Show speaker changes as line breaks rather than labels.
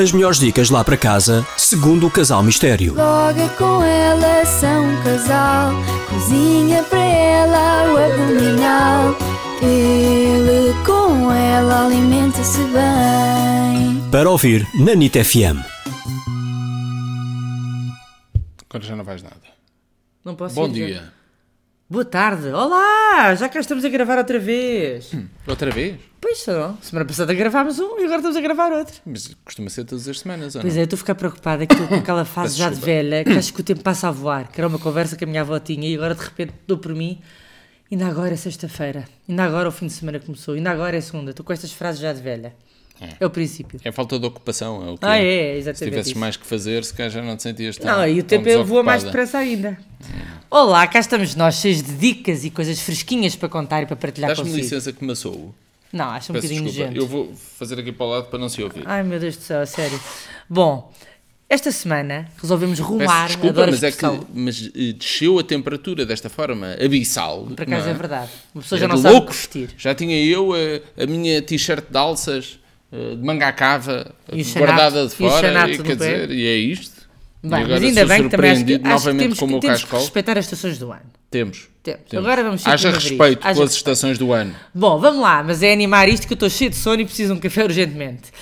As melhores dicas lá para casa, segundo o Casal Mistério.
Logo com ela são um casal, cozinha para ela o abdominal. Ele com ela alimenta-se bem.
Para ouvir na NIT FM.
Agora já não vais nada.
Não posso
Bom
ir já.
dia.
Boa tarde. Olá! Já cá estamos a gravar outra vez.
Outra vez?
Pois só. Semana passada gravámos um e agora estamos a gravar outro.
Mas costuma ser todas as semanas, ou
Pois
não?
é, eu estou a ficar preocupada que estou com aquela fase já de
desculpa.
velha, que acho que o tempo passa a voar, que era uma conversa que a minha avó tinha e agora de repente dou por mim. Ainda agora é sexta-feira, ainda agora o fim de semana começou, ainda agora é segunda. Estou com estas frases já de velha. É, o princípio.
É falta de ocupação, é o que
Ah, é, é exatamente
Se tivesses
isso.
mais que fazer, se calhar já não te sentias tão
Não, e o
tão
tempo eu voa mais
desocupada. É.
depressa ainda. Olá, cá estamos nós, cheios de dicas e coisas fresquinhas para contar e para partilhar
Dás-me
consigo.
licença que me assou.
Não, acho um
Peço
bocadinho
desculpa.
nojento. Ah,
Eu vou fazer aqui para o lado para não se ouvir.
Ai meu Deus do céu, a sério. Bom, esta semana resolvemos
Peço
rumar,
desculpa,
adoro a
mas é que
expressão.
mas, eh, desceu a temperatura desta forma abissal.
Por acaso
não
é
é?
verdade. Uma pessoa
É
já não
de
sabe o que
loucos.
vestir.
Já tinha eu eh, a, minha t-shirt de alças, eh, de manga à cava, eh,
E o xanato-
guardada de
e o
fora,
xanato
e,
no
quer
pé.
dizer, e é isto. E
Bem,
agora
mas ainda
sou
bem que também acho que,
surpreendido
acho que
novamente
temos,
com o
que,
meu
temos que
cascal.
respeitar as estações do ano.
Temos.
Temos.
Temos.
Agora vamos ser
Haja
primaveris.
respeito
Haja
pelas
respeito.
estações do ano.
Bom, vamos lá, mas é animar isto que eu estou cheio de sono e preciso de um café urgentemente.